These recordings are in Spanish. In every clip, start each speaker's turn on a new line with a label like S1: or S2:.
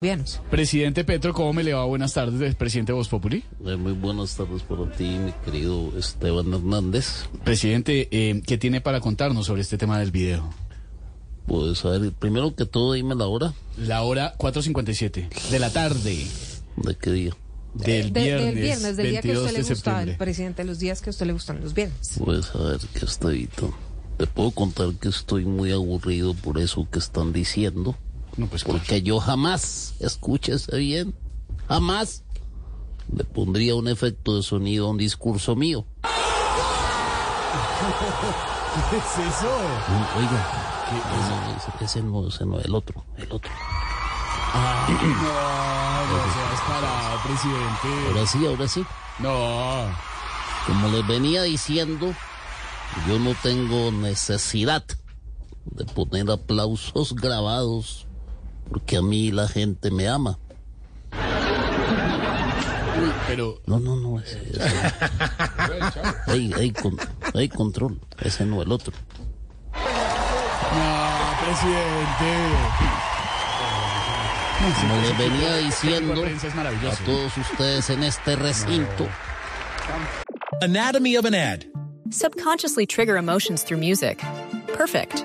S1: Bien.
S2: Presidente Petro, ¿cómo me le va? Buenas tardes, eh, presidente Voz Populi.
S3: Eh, Muy buenas tardes para ti, mi querido Esteban Hernández.
S2: Presidente, eh, ¿qué tiene para contarnos sobre este tema del video?
S3: Pues a ver, primero que todo, dime la hora
S2: La hora 4.57 de la tarde
S3: de qué día.
S2: del
S1: Eh, De-
S2: viernes,
S1: del viernes, del día que a
S2: 22
S1: usted le
S2: de
S1: gustaba, el
S2: septiembre.
S1: presidente, los días que a usted le gustan, los viernes.
S3: Pues a ver, que Estevito. Te puedo contar que estoy muy aburrido por eso que están diciendo.
S2: No, pues claro.
S3: Porque yo jamás, escúchese bien, jamás le pondría un efecto de sonido a un discurso mío.
S2: ¿Qué es eso? eh?
S3: Oiga, ese- ese, no, ese no, el otro, el otro.
S2: No, no seas parado, presidente.
S3: Ahora sí, ahora sí.
S2: No.
S3: Como les venía diciendo, yo no tengo necesidad de poner aplausos grabados porque a mí la gente me ama.
S2: Uy, pero
S3: No, no, no, ese, ese. Ey, ey, con- ey, control, ese no, el otro.
S2: No, presidente.
S3: Como les venía
S2: La
S3: diciendo
S2: prensa es
S3: a
S2: maravillosa.
S3: todos ustedes en este recinto,
S4: Anatomy of an ad.
S5: Subconsciously trigger emotions through music. Perfect.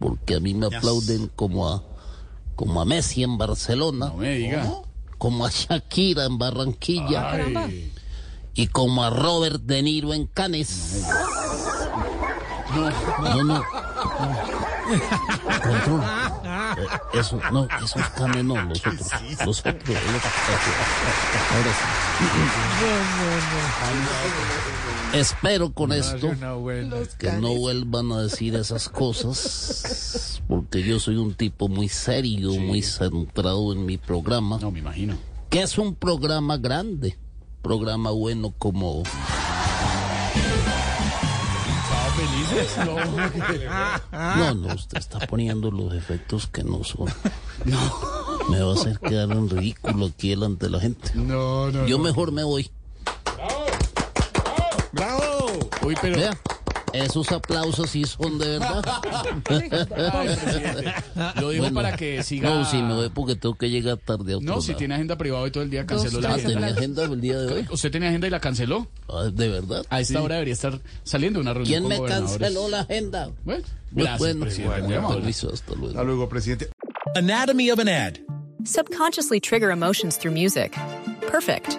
S3: porque a mí me aplauden como a, como a Messi en Barcelona.
S2: No me diga.
S3: como a Shakira en Barranquilla
S2: Ay,
S3: y como a Robert De Niro en Cannes. No, no, no. Control. Eh, Eso, no, esos Cannes no, los otros. Los otros. los- Ahora sí. Espero con esto que no vuelvan a decir esas cosas, porque yo soy un tipo muy serio, muy centrado en mi programa
S2: No, me imagino.
S3: que es un programa grande, programa bueno como no, no, usted está poniendo los efectos que no son. No, me va a hacer quedar en ridículo aquí delante de la gente.
S2: No, no.
S3: Yo mejor me voy.
S2: ¡Bravo! Uy, pero.
S3: Vea, esos aplausos sí son de verdad.
S2: Ay, presidente. Lo digo
S3: Bueno,
S2: para que siga.
S3: No, si me voy porque tengo que llegar tarde a otro
S2: No, si
S3: lado.
S2: tiene agenda privada hoy todo el día, canceló la
S3: Ah, tenía
S2: agenda.
S3: agenda el día de hoy.
S2: ¿Usted tenía agenda y la canceló?
S3: Ah, de verdad.
S2: A esta hora debería estar saliendo una reunión
S3: ¿Quién
S2: con
S3: me
S2: gobernadores.
S3: canceló la agenda? Pues,
S2: Bueno, gracias,
S3: Bueno,
S2: presidente.
S3: con
S2: Muy amable.
S3: permiso, hasta luego.
S6: Hasta luego, presidente.
S4: Anatomy of an ad.
S5: Subconsciously trigger emotions through music. Perfect.